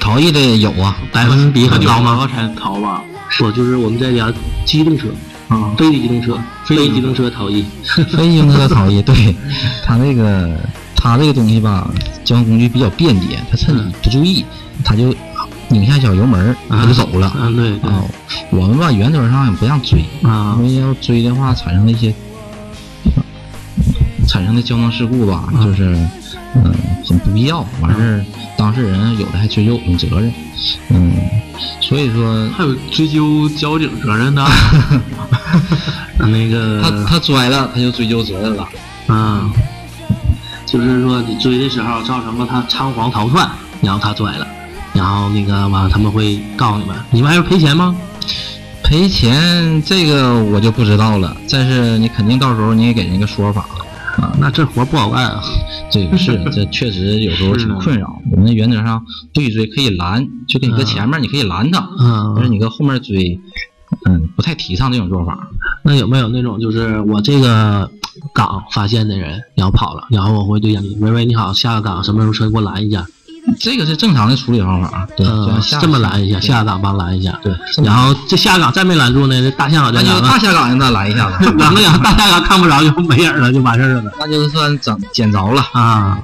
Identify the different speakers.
Speaker 1: 陶艺的有啊， 百分比很高吗？
Speaker 2: 才淘吧，
Speaker 3: 我就是我们在聊机动车，
Speaker 2: 啊，
Speaker 3: 非机动车，非机动车逃逸，
Speaker 1: 飞行车陶艺， 对它那个它这个东西吧，交通工具比较便捷，它趁你不注意，它就拧下小油门儿，它就走了。
Speaker 3: 啊，对对
Speaker 1: 啊，我们吧原则上也不让追，
Speaker 3: 啊
Speaker 1: 因，为要追的话，产生的一些 产生的交通事故吧，
Speaker 3: 啊
Speaker 1: 就是嗯、很不必要，完事儿当事人有的还追究有责任，嗯，所以说
Speaker 2: 还有追究交警责 任的，
Speaker 3: 那
Speaker 1: 他
Speaker 3: 个
Speaker 1: 他摔了，他就追究责任了，
Speaker 3: 啊，就是说你追的时候造成了他仓皇逃窜，然后他拽了，然后那个完了他们会告你们，你们还要赔钱吗？
Speaker 1: 赔钱这个我就不知道了，但是你肯定到时候你也给人一个说法。啊，
Speaker 3: 那这活不好干啊，
Speaker 1: 这 个是，这确实有时候挺困扰。我们原则上对追可以拦，就跟你搁前面，你可以拦他，
Speaker 3: 啊
Speaker 1: 但是你搁后面追，嗯，不太提倡这种做法。
Speaker 3: 那有没有那种就是我这个岗发现的人，然后跑了，然后我会对讲机，喂喂，你好，下个岗什么时候车给我拦一下？
Speaker 1: 这个是正常的处理方法，对，就
Speaker 3: 嗯
Speaker 1: 像，下
Speaker 3: 这么拦一下，
Speaker 1: 对
Speaker 3: 下个岗帮拦一下。
Speaker 1: 对，
Speaker 3: 然后这下岗再没拦住呢，这大下岗
Speaker 1: 那
Speaker 3: 再
Speaker 1: 就
Speaker 3: 拦
Speaker 1: 大
Speaker 3: 了，
Speaker 1: 下岗让他拦一 下子，
Speaker 3: 然后然后大下岗看不着就没影儿了，就完事儿了
Speaker 1: 那就算整捡着了。
Speaker 3: 啊。